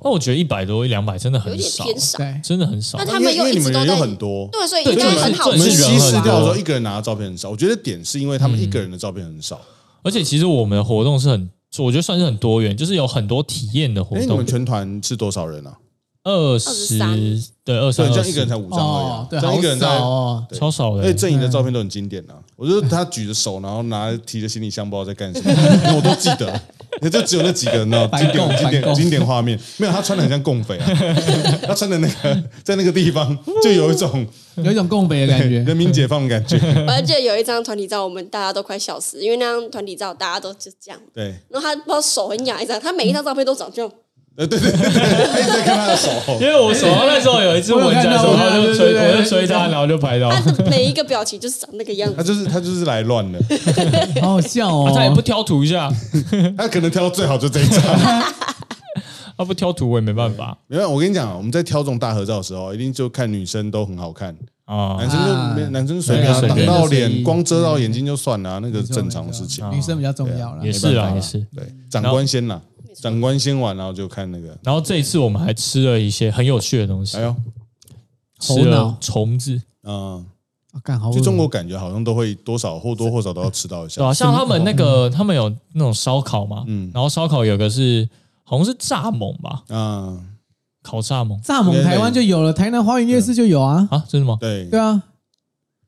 那我觉得一百多一两百真的
有
很
点
少，
偏少。
对，
真的很少
那。他
因为
们
因
又
为
一
你
直
们
都
人
在
又很多，
对，所以
对
应该
这种
很
是
好
这
我们
种是
吃。
人很
稀
啊
释掉
多
的时候，一个人拿的照片很少。我觉得点是因为他们一个人的照片很少。
而且其实我们的活动是很，我觉得算是很多元，就是有很多体验的活
哎，你
动
们。全团是多少人啊？
二十
23
对二
对，
三
这样一个人才哎五张而已
啊哦
啊，，
对，
这样
好
一个人在。
少哦。
超少的
而
欸、
且正义的照片都很经典啊！我觉得他举着手，然后拿提着行李箱，不知道在干什么， 我都记得。也就只有那几个人呢，
白
经
供
典经
白
典
供
经典画面。没有，他穿的很像共匪啊， 他穿的那个在那个地方就有一种
有一种共匪的感 觉。
人民解放的感觉。
我还记得有一张团体照，我们大家都快笑死，因为那张团体照大家都就这样。
对，
然后他不知道手很痒，一张他每一张照片都长这样，
呃，对对对对，他一直在看他的手。
因为我手上那时候有一只
我有
文
看
章的
到
时候，
我看
然
到
后就
对
吹，
对对
我就
对
吹它，然后就拍到。
嗯
他的每一个表情就是长那个样
他
子。
就是他就是来乱的，
好好笑
啊
哦！
他也不挑图一下，
他可能挑到最好就这一张。
他不挑图我也没办法
没有，我跟你讲啊，我们在挑这种大合照的时候，一定就看女生都很好看，
啊。
男生就
啊
没男生随便
对啊
啊
随
挡
便
到
就随
脸，
意
光遮到眼睛就算了啊，那个
没错
正常的事情啊
没。错女生比较重要了，
也是
没办
啦，
法
也。是。
对，长官先啦，长官先完，然后就看那个，
然后这一次我们还吃了一些很有趣的东西
哎，呦，
吃
猴脑
了虫子，
嗯，
啊干好恶
去中国感觉好像都会多少或多或少都要吃到一
对啊
下
吧、，像他们那个，他们有那种烧烤嘛，
嗯
然后烧烤有个是好像是蚱蜢吧，
嗯，
烤蚱蜢
蚱蜢台湾就有了，台南花园夜市就有啊。
啊，真的吗？
对
对啊，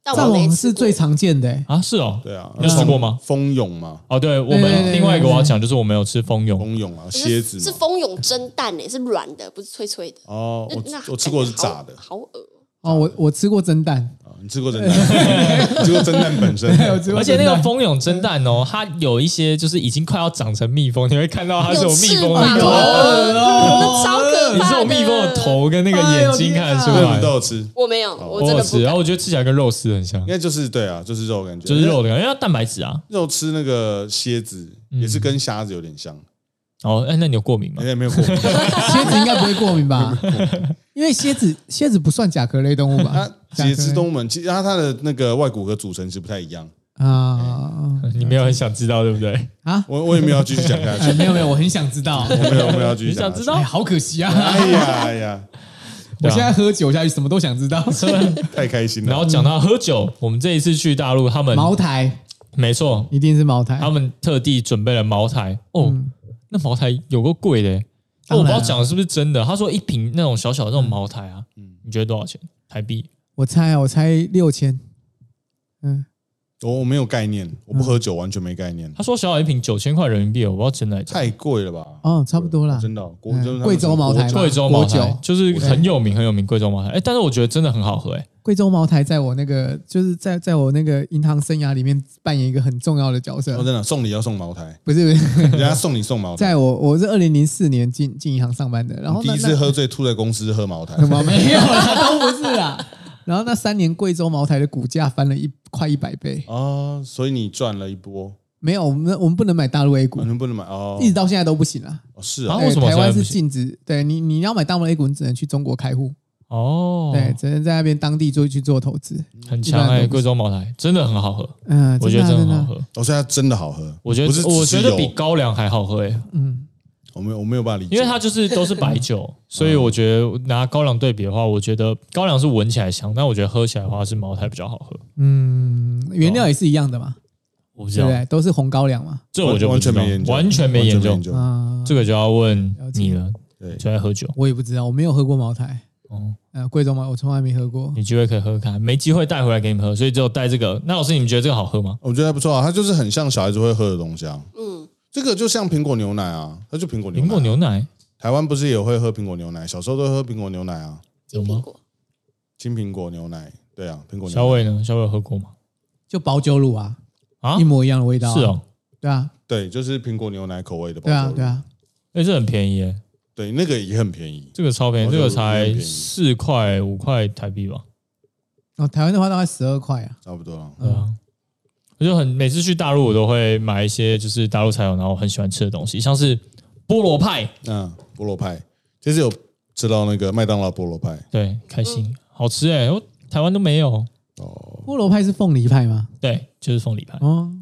但
蚱
我没
蜢
吃
是
过
最常见的欸。
啊，是哦，
对啊，
有吃过吗？
蜂蛹嘛，
哦，对，我
对对对
们另外一个我要讲就是我们有吃蜂蛹，
蜂蛹啊，
可
蝎
是
子
是
嘛，
蜂蛹蒸蛋诶，是软的，不是脆脆的。
哦，
那那
我我吃过是炸的，
好好恶哦。
哦，我我吃过 蒸蛋，
啊，你吃过蒸蛋？ 你吃过蒸蛋本身？
我吃过
而且
蒸
那
蛋
个蜂蛹蒸蛋哦，它有一些就是已经快要长成蜜蜂，你会看到它是
有
蜜
翅
蜂
膀
的
哦，
头，
那超可
你是
怕
有
的。
蜜蜂的，头跟那个眼睛看得出
对，我
哎
来
们。都有吃，
我没有，
哦
我真
有
的
吃，
不
然
敢
后。我觉得吃起来跟肉丝很像
应，该就是对啊，就是肉感觉，
就是肉的嗯感觉，因为它蛋白质啊。
肉吃那个蝎子也是跟虾子有点像，
哦，哎，那你有过敏吗
而？且没有过敏，
蝎子应该不会过敏吧？ 因为蝎子蝎子不算甲壳类动物吧
它？节肢动物们啊其实它它的那个外骨骼组成是不太一样。
啊
你没有很想知道，对不对？
啊！
我我也没有要继续讲下
哎
去，
没有没有，我很想知 道。
我没有我没有要继
你
续
想
讲下
知
去。
道
哎，？好可惜啊！
哎呀哎呀，啊
我现在喝酒下去，什么都想 知道。
太开心
然后
了！
讲到喝酒，我们这一次去大陆，他们
茅台
没错，
一定是茅台
啊
嗯
他，们特地准备了茅台。哦，那茅台有个贵的欸，那我
当
不知
然啊
道讲的是不是真的。他说一瓶那种小小的那种茅台啊，你觉得多少钱？台币？
我猜啊，我猜六千。嗯，
我我没有概念，我不喝酒完全没概念，
他说小小一瓶九千块人民币，我不知道真的还是假的
太贵了吧？
哦，差不多啦。
真的哦，国
嗯
就是他们
贵州茅台
国
嘛
贵州茅
国
台
酒
就是很有名很有名贵州茅台，哎，但是我觉得真的很好喝，哎，
贵州茅台在我那个就是在在我那个银行生涯里面扮演一个很重要的角色
哦，真，的送礼要送茅 台，
不是不是，
人家送你送茅台。
在我我是二零零四年进进银行上班的，然后
第
那
一次喝醉吐在公司喝茅台
那，什么没有啦，都不是啦。 然后那三年贵州茅台的股价翻了一快一百倍，
哦，所以你赚了一波，
没有我们我们不能买大陆 A 股
完，全不能买哦
一。直到现在都不行啦。
哦是啊
啊，
对
为什么
台
现在
湾
不
是
行
禁止？对你你要买大陆 A 股，你只能去中国开户，
哦，
对，，只能在那边当地做去做投资。
很强
一般
哎，
都不
贵州茅台真的很好喝，
嗯，
我觉得
啊
真的很
真的
好
啊，
喝，
我现在真的好喝，
我觉
不是
得我觉
只是
得比
有
高粱还好喝哎，
嗯，
我没有我没有办法理解，
因为它就是都是白酒，所以我觉得拿高粱对比的话，我觉得高粱是闻起来香，但我觉得喝起来的话是茅台比较好喝。
嗯，
啊
原料也是一样的嘛，
我不知
对
道
不，对？都是红高粱嘛。
这我就
完全
不知道
没研究，
完全没
研
研究。
啊，
这个就要问你了，
对，
就爱喝酒，
我也不知道，我没有喝过茅台。
哦，
呃，贵州茅我从来没喝过。
嗯
有机会可以喝喝看，没机会带回来给你们喝，所以只有带这个。那老师，你们觉得这个好喝吗？
我觉得还不错啊，它就是很像小孩子会喝的东西啊。
嗯，
这个就像苹果牛奶啊，它就苹果牛奶。
苹果牛奶
台湾不是也会喝苹果牛奶？小时候都喝苹果牛奶啊，
有
金
吗
苹？果
青苹果牛奶。对啊，苹果
小
牛奶。
伟呢？小伟有喝过吗？
就保酒乳啊，
啊
一，模一样的味道、
是，哦，
对啊，
对，就是苹果牛奶口味的包
对啊
装，。
对啊，
哎，这很便宜耶，
对，那个也很便宜，
这个超便宜，
哦
这
这
个
个
才
便宜
四块五块台币吧？
然后哦台湾的话大概十二块啊，
差不多啊。
对啊，我就很每次去大陆，我都会买一些就是大陆才有，然后我很喜欢吃的东西，像是菠萝派，
嗯，菠萝派，这次有吃到那个麦当劳菠萝派
对，开心，好吃哎，我台湾都没有，
哦，
菠萝派是凤梨派吗？
对，就是凤梨
嗯
派，
哦，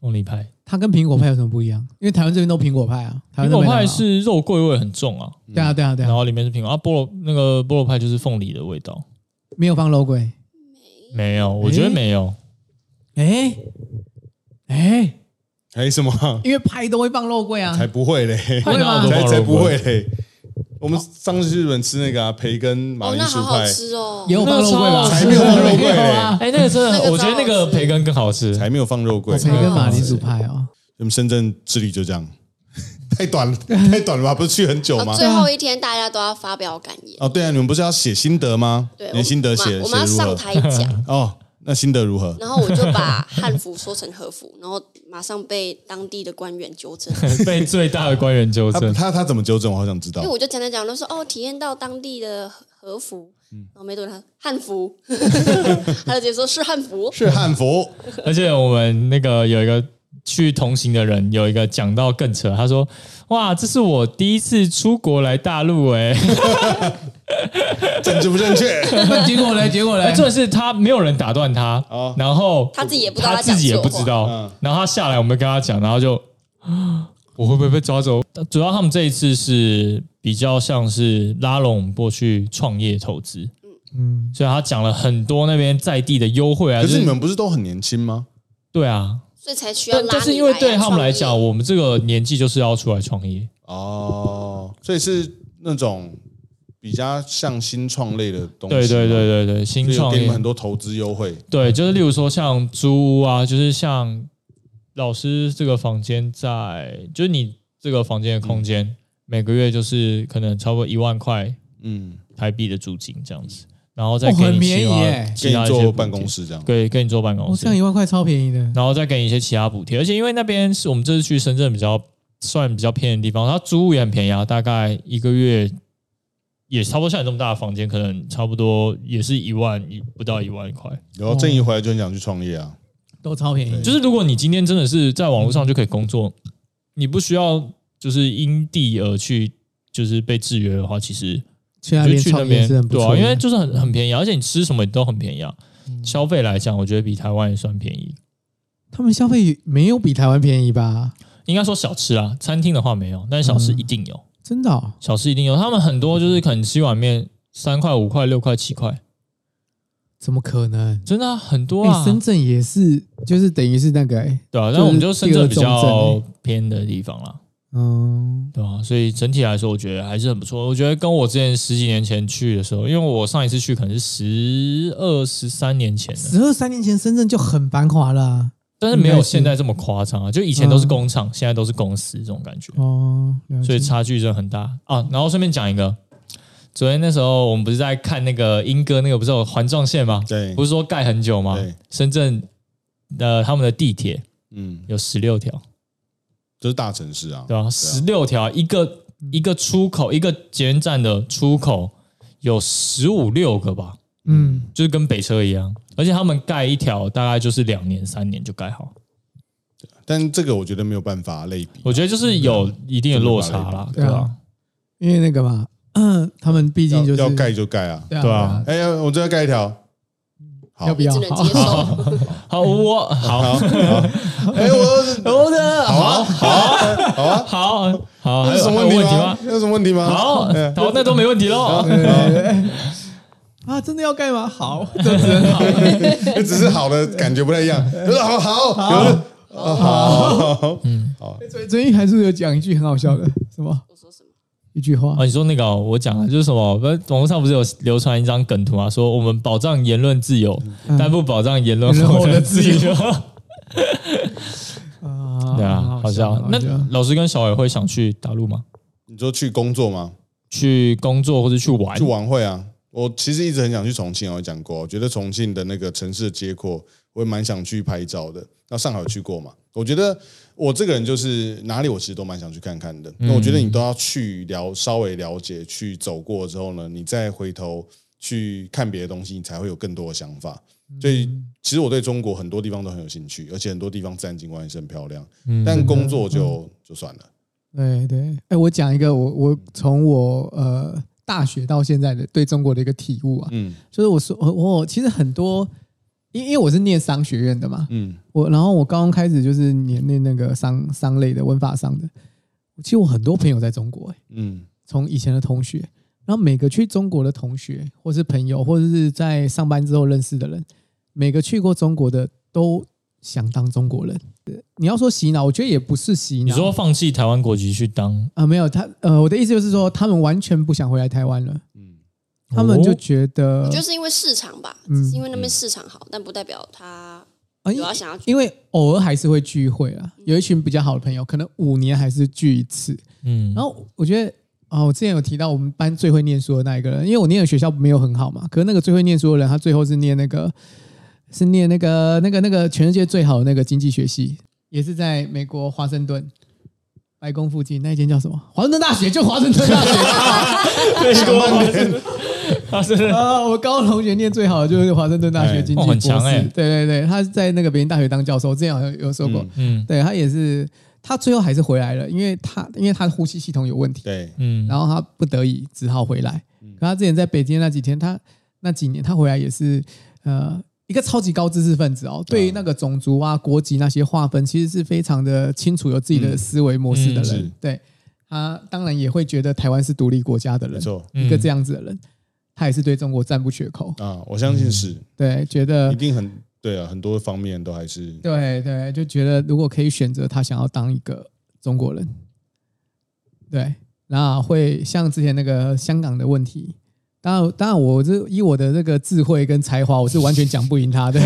凤梨派，
它跟苹果派有什么不一样？因为台湾这边都苹果派啊，台湾
苹
都
果
没有啊
派是肉桂味很重啊，
对啊对啊对
然
嗯
啊，
后里面是苹果啊，菠萝那个菠萝派就是凤梨的味道，
没有放 logo 哎
没有，我觉得没有，
哎哎，
还有什么 啊？
因为派都会放肉桂啊，
才不会嘞，
派哪有都放
会吗
才
肉
才
桂
不会嘞。我们上次去日本吃那个啊，培根马
哦，
铃
那
薯
好
派
好，吃哦，
也有放肉桂
那个超好
吧？
吃才
没有放肉桂
没有啊，
哎，那个真的
那个
很，
超
我觉得那个
好吃
培根更好吃，
才没有啊放肉桂。
培根啊马铃薯派哦，
我们深圳之旅就这样， 太短了， 太短了吧？不是去很久
然
吗
后？哦最后一天大家都要发表感言，
哦，对啊，你们不是要写心得吗？
对，
你心得写
我们要
写
上
如何？
台讲，
哦，那心得如何？
然后我就把汉服说成和服，然后马上被当地的官员纠正，
被最大的官员纠
他
正，
他他怎么纠正？我好想知道
因为。我就讲讲讲，都说哦，体验到当地的和和服，
嗯
然后没多久他说汉 服，他就直接说是汉服，
是汉服，
而且我们那个有一个去同行的人，有一个讲到更扯，他说：“哇，这是我第一次出国来大陆、欸，
政治不正 确。
结果嘞，结果
哎，
嘞，
重点是他没有人打断他，
嗯哦
然后
他自己也不知道他
他自己也不知道，
讲错话嗯嗯
然后他下来，我们跟他讲，然后就啊我会不会被抓走？主要他们这一次是比较像是拉拢我们过去创业投资，
嗯，
所以他讲了很多那边在地的优惠啊，
可
就是
你们不是都很年轻吗？
对啊，
所以才需要
但
拉
但是
你
因为
啊
对他们来
创
讲，
业
我们这个年纪就是要出来创业。”
哦，所以是那种比较像新创类的东西。
对对，对对对，新
就有
创
给你
业
们很多投资优惠。
对，就是例如说像租屋啊，就是像老师这个房间在，就是你这个房间的
嗯
空间，每个月就是可能超过一万块
嗯，
台币的租金这样子，然后
哦
再给
很
你
便
其
宜
他、
耶
其
给
他
你
一些
做
补
办公
贴，
室这样。
对，给你做办公
哦，
室
这，样一万块超便宜的，
然后再给你一些其他补贴，而且因为那边是我们这次去深圳比较算比较偏的地方，它租屋也很便宜啊，大概一个月。也差不多像你这么大的房间，可能差不多也是一万一不到一万块。
然后郑
哦
怡回来就很想去创业啊。
都超便宜，
就是如果你今天真的是在网络上就可以工作，你不需要就是因地而去，就是被制约的话，其实
去那
就
边
去那
啊创业
边
是很不
对
错嗯
啊，
的，
因为就是很很便宜啊，而且你吃什么都很便宜啊。消费来讲，我觉得比台湾也算便宜。
他们消费没有比台湾便宜吧？
应该说小吃啊，餐厅的话没有，但是小吃一定有，
真的、哦，
小吃一定有。他们很多就是可能吃一碗面三块、五块、六块、七块，
怎么可能？
真的、啊、很多
哎、
啊，
深圳也是，就是等于是那个、哎
对啊。
就是
但我们就深圳比
第二重镇
较
欸
偏的地方啦，
嗯，
对啊，所以整体来说，我觉得还是很不错。我觉得跟我之前十几年前去的时候，因为我上一次去可能是十二、十三年前的，
十二三年前深圳就很繁华了啊、
但是没有现在这么夸张啊。就以前都是工厂，现在都是公司这种感觉，
哦，了解
所以差距真的很大啊。然后顺便讲一个，昨天那时候我们不是在看那个英哥那个不是有环状线吗？
对
不，是说盖很久吗
对？
深圳的他们的地铁
嗯，
有十六条，
这是大城市啊，
对吧、嗯十六条，一个一个出口，一个捷运站的出口有十五六个吧，
嗯，
就是跟北车一样。而且他们盖一条大概就是两年三年就盖好，
但这个我觉得没有办法类比，啊
我觉得就是有一定的落差啦，
对
对
啊
吧、
因为那个嘛， 他们毕竟
要
就是
要盖就盖啊。
对啊，
对啊
哎呀，我这要盖一条，好，
要不要
只能接 受。
好，我好
好，好哎，我
我的 好
好好啊好啊，
好好，还
有什么
问
问题
题
吗
吗？？
有什么问题吗？
好，
哎
好，那都没问题喽。
啊，真的要盖吗？ 好，这只能好。
这哎只是好的感觉不太 一样，有的好好，有的哦好，
昨昨天还是有哎讲一句很好笑的，什么
我说什么？
一句话
哦，你说那个哦、我讲了，就是什么？不是网络上不是有流传一张梗图啊，说我们保障言论自由，但不保障嗯言论后的自由。对
啊？很
啊，好笑。那老师跟小伟会想去大陆吗？
你说去工作吗？
去工作或者去玩
去？晚会啊。我其实一直很想去重庆啊，我讲过，我觉得重庆的那个城市的街廓，我也蛮想去拍照的。那上海有去过嘛？我觉得我这个人就是哪里我其实都蛮想去看看的。那我觉得你都要去了稍微了解，去走过之后呢，你再回头去看别的东西，你才会有更多的想法。所以其实我对中国很多地方都很有兴趣，而且很多地方自然景观也是很漂亮。
嗯
但工作就就算了。
对对，哎，我讲一个我我从我呃大学到现在的对中国的一个体悟啊，
嗯
就是我说我我其实很多，因因为我是念商学院的嘛，
嗯，
我然后我刚刚开始就是念念那个商商类的文法商的，其实我很多朋友在中国、欸，
嗯
从以前的同学，然后每个去中国的同学，或是朋友，或者是在上班之后认识的人，每个去过中国的都想当中国人。呃你要说洗脑，我觉得也不是洗脑。
你说放弃台湾国籍去当？
啊、没有他呃，我的意思就是说，他们完全不想回来台湾了，
嗯，
他们就
哦
觉得
我觉得是因为市场吧，
嗯
只是因为那边市场好，但不代表他
啊
有要想要去。
因为偶尔还是会聚会啊，有一群比较好的朋友，可能五年还是聚一次。
嗯
然，后我觉得，哦，我之前有提到我们班最会念书的那一个人，因为我念的学校没有很好嘛，可是那个最会念书的人，他最后是念那个是念那个那个那个全世界最好的那个经济学系，也是在美国华盛顿。白宫附近那一间叫什么？华盛顿大学，就华盛顿大 学
啊，是
啊！我高中同学念最好的就是华盛顿大学
哎
经济
哦
博
很
士，
强哎
对对对，他是在那个北京大学当教授，我之前好像有有说过，
嗯
嗯
对他也是，他最后还是回来了，因为他因为他的呼吸系统有问题，
对，
嗯，
然后他不得已只好回来。
嗯
可他之前在北京那几天，他那几年他回来也是呃一个超级高知识分子哦，对于
嗯
那个种族啊、国籍那些划分，其实是非常的清楚有自己的思维模式的
嗯
人。
是
对他当然也会觉得台湾是独立国家的
没
人，
错
嗯
一个这样子的人，他也是对中国赞不绝口。
啊，我相信是。
对，觉得
一定很对啊，很多方面都还是
嗯对对，就觉得如果可以选择，他想要当一个中国人，对，那会像之前那个香港的问题。当然，当然，我这以我的这个智慧跟才华，我是完全讲不赢他 的。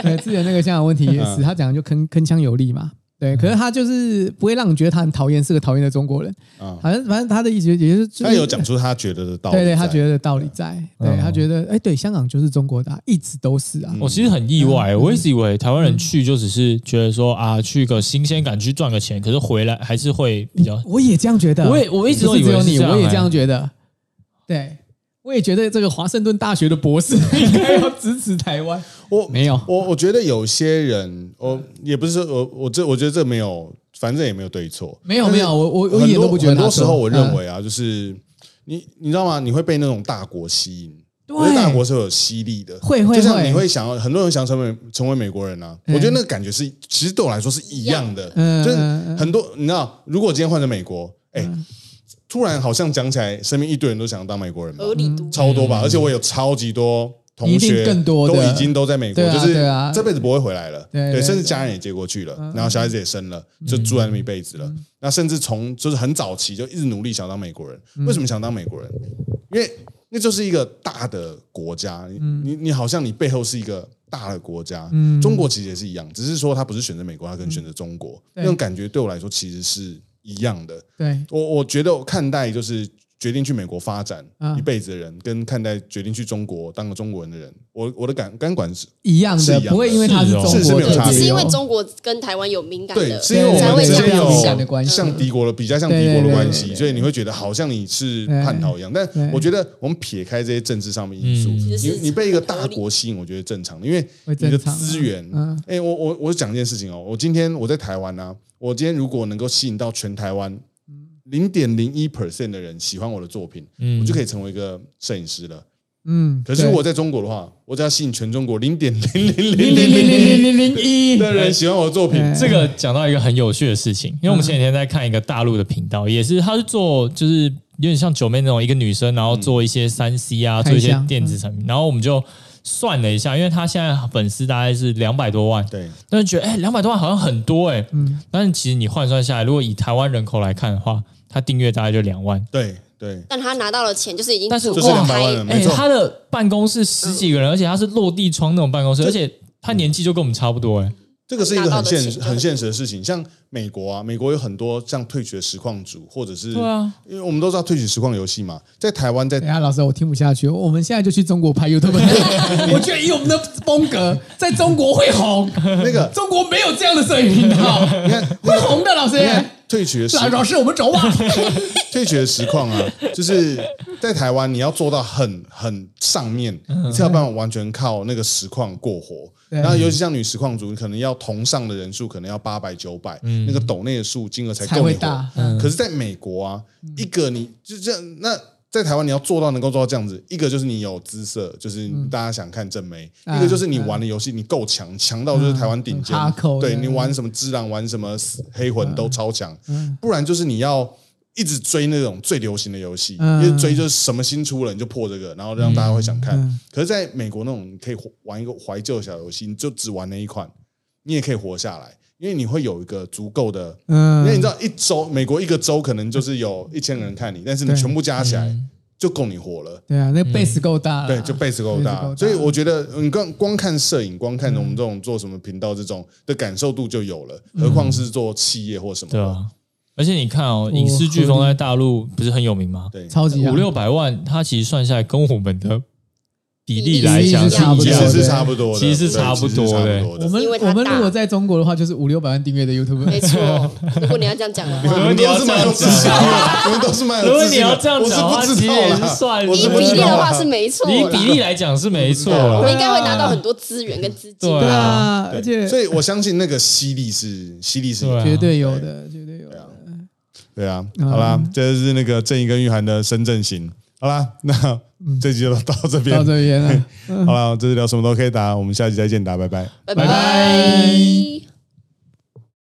对，之前那个香港问题也是，
嗯
他讲的就铿铿锵有力嘛。对，可是他就是不会让你觉得他很讨厌，是个讨厌的中国人。
啊，
反正，反正他的意思也是，就是
他有讲出他觉得的道理在，嗯
对对，他觉得道理在，对他觉得，哎，对，香港就是中国的啊、一直都是啊。
我其实很意外，我一直以为台湾人去就只是觉得说啊，去个新鲜感，去赚个钱，可是回来还是会比较。
我也这样觉得，
我也我一直都
不是
以为
只有
是
你，
这样
我也
欸
这样觉得。对，我也觉得这个华盛顿大学的博 士应该要支持台湾。
我
没有
我我觉得有些人，我也不是说我我这我觉得这没有，反正也没有对错，
没有没有，我我我一
很
点
多
都不觉得
很
他错。
多时候我认
嗯
为啊，就是你你知道吗？你会被那种大国吸引，
对
我觉得大国是有吸力的，
会会
就像
会
你会想要，很多人想成为成为美国人啊，
嗯
我觉得那个感觉是，其实对我来说是一样的，
嗯
就是
嗯嗯
很多你知道，如果我今天换成美国，哎，突然好像讲起来，身边一堆人都想要当美国人吧，
嗯
合理度，
超多吧，而且我有超级多同
嗯一
学
定更多的
都已经都在美国，
对啊
就是
对啊
这辈子不会回来了，
对对嗯
甚至家人也接过去了，然后小孩子也生了，就住在那么一辈子了。那甚至从就是很早期就一直努力想当美国人，
嗯
为什么想当美国人？因为那就是一个大的国家，你
嗯
你你好像你背后是一个大的国家，中国其实也是一样，只是说他不是选择美国，他可能选择中国，
嗯对
那种感觉对我来说其实是一样的。
对，
我我觉得我看待就是决定去美国发展
嗯
一辈子的人，跟看待决定去中国当个中国人的人，我我的感感管是
一样
是一
的，
样的
不会因为他
是
中
哦
是是
国
没有差别
特
只是
别
因为
有
中国跟台湾有敏感
对，
的，
是因为我
才
们
会
之
这
间
样想的
有
关系
像敌国的比较像敌国的关系，所以你会觉得好像你是叛逃一样。但我觉得我们撇开这些政治上面因素，
其实
你
是
你被一个大国吸引，我觉得正常的，因为你
会
的
正常啊
资源。
嗯
哎、我我我讲一件事情哦，我今天我在台湾啊，我今天如果能够吸引到全台湾零点零一 percent 的人喜欢我的作品，
嗯
我就可以成为一个摄影师了。
嗯，
可是
对
我在中国的话，我只要吸引全中国零点零零零
零零
零
零
零
零零零一，
的人喜欢我的作品，
哎
这个讲到一个很有趣的事情，因为我们前几天在看一个大陆的频道，也是他是做就是有点像九妹那种一个女生，然后做一些三 C 啊，
开
做一些
箱
电子产品，然后我们就算了一下，因为他现在粉丝大概是两百多万，
对，
但是觉得哎两百多万好像很多哎、
嗯
但是其实你换算下来，如果以台湾人口来看的话，他订阅大概就两万，
对对，
但他拿到了钱就是已经
但是
足
就
够
是
哇
两百
嗨
万人，
哎、
没错。
他的办公室十几个人，而且他是落地窗那种办公室，
这
而且他年纪就跟我们差不多哎、
这个是一个
拿到
很
的
现
钱
实、
就
很
很
现实的事情。像美国啊，美国有很多像退学实况组，或者是
对啊，
因为我们都知道退学实况游戏嘛，在台湾在
等一哎下，老师，我听不下去。我们现在就去中国拍 YouTube，我 觉得以我们的风格，在中国会红。
那 个
中国没有这样的摄影频道，
你看
会红的。老师，
退学实
老老师，我们走啊吧。
退学实况 啊，就是在台湾你要做到很很上面，你才有办法完全靠那个实况过活。
嗯对
然后尤其像女实况组，你可能要同上的人数可能要八百九百，那个抖内的数金额才
嗯才
够
会
你活
大。嗯
可是在美国啊，一个你就这样那。在台湾，你要做到能够做到这样子，一个就是你有姿色，就是大家想看正妹；
嗯啊
一个就是你玩的游戏你够强，强到就是台湾顶尖
嗯很 hardcore。
对
的嗯
你玩什么智狼，玩什么黑魂都超强。不然就是你要一直追那种最流行的游戏，
嗯
一直追就是什么新出了你就破这个，然后让大家会想看。
嗯
可是在美国那种，你可以玩一个怀旧小游戏，你就只玩那一款，你也可以活下来，因为你会有一个足够的。因
嗯
为你知道，一周美国一个州可能就是有一千个人看你，但是你
对嗯
全部加起
嗯
来就够你活了。
对啊，那个 base 够大了，
对，就 base 够
base
大
够，大
所以我觉得你光光看摄影，光看我们这种做什么频道这种的感受度就有了，何况是做企业或什么
对
的。
嗯
啊。而且你看哦，影视飓风在大陆不是很有名吗？
对，
超级
五六百
啊
万，它其实算下来跟我们的比例
比例
来讲
是差不
一
其
多
样
实
的
是差不多的，
其实是
对
差不多的
其实是差不
我
多的。
们
因为它
我们
大
如果在中国的话，就是五六百万订阅的 YouTube。
没错， 如果你要这样讲的话，
我们都是蛮有自信的， 我们都是蛮有
如果
自
你
信的。
要这样讲的
我
话，
是不
其
知
实
道
也是
啦
算
我
以
是
比
不知
例的
道
话是没错啦，
以比例来讲是没错
我
我
啊
了
们。应该会拿到很多资源跟资金。
对
对
啊
啊，而且
所以我相信那个犀利是犀利是有
对啊
绝对有的，绝对有的。
对啊，好啦，
嗯
这就是那个郑怡跟玉涵的深圳行。好啦，那这集就到这边
嗯到，这边了，
好啦，这是聊什么都可以打，我们下集再见，打，拜拜。
拜
拜拜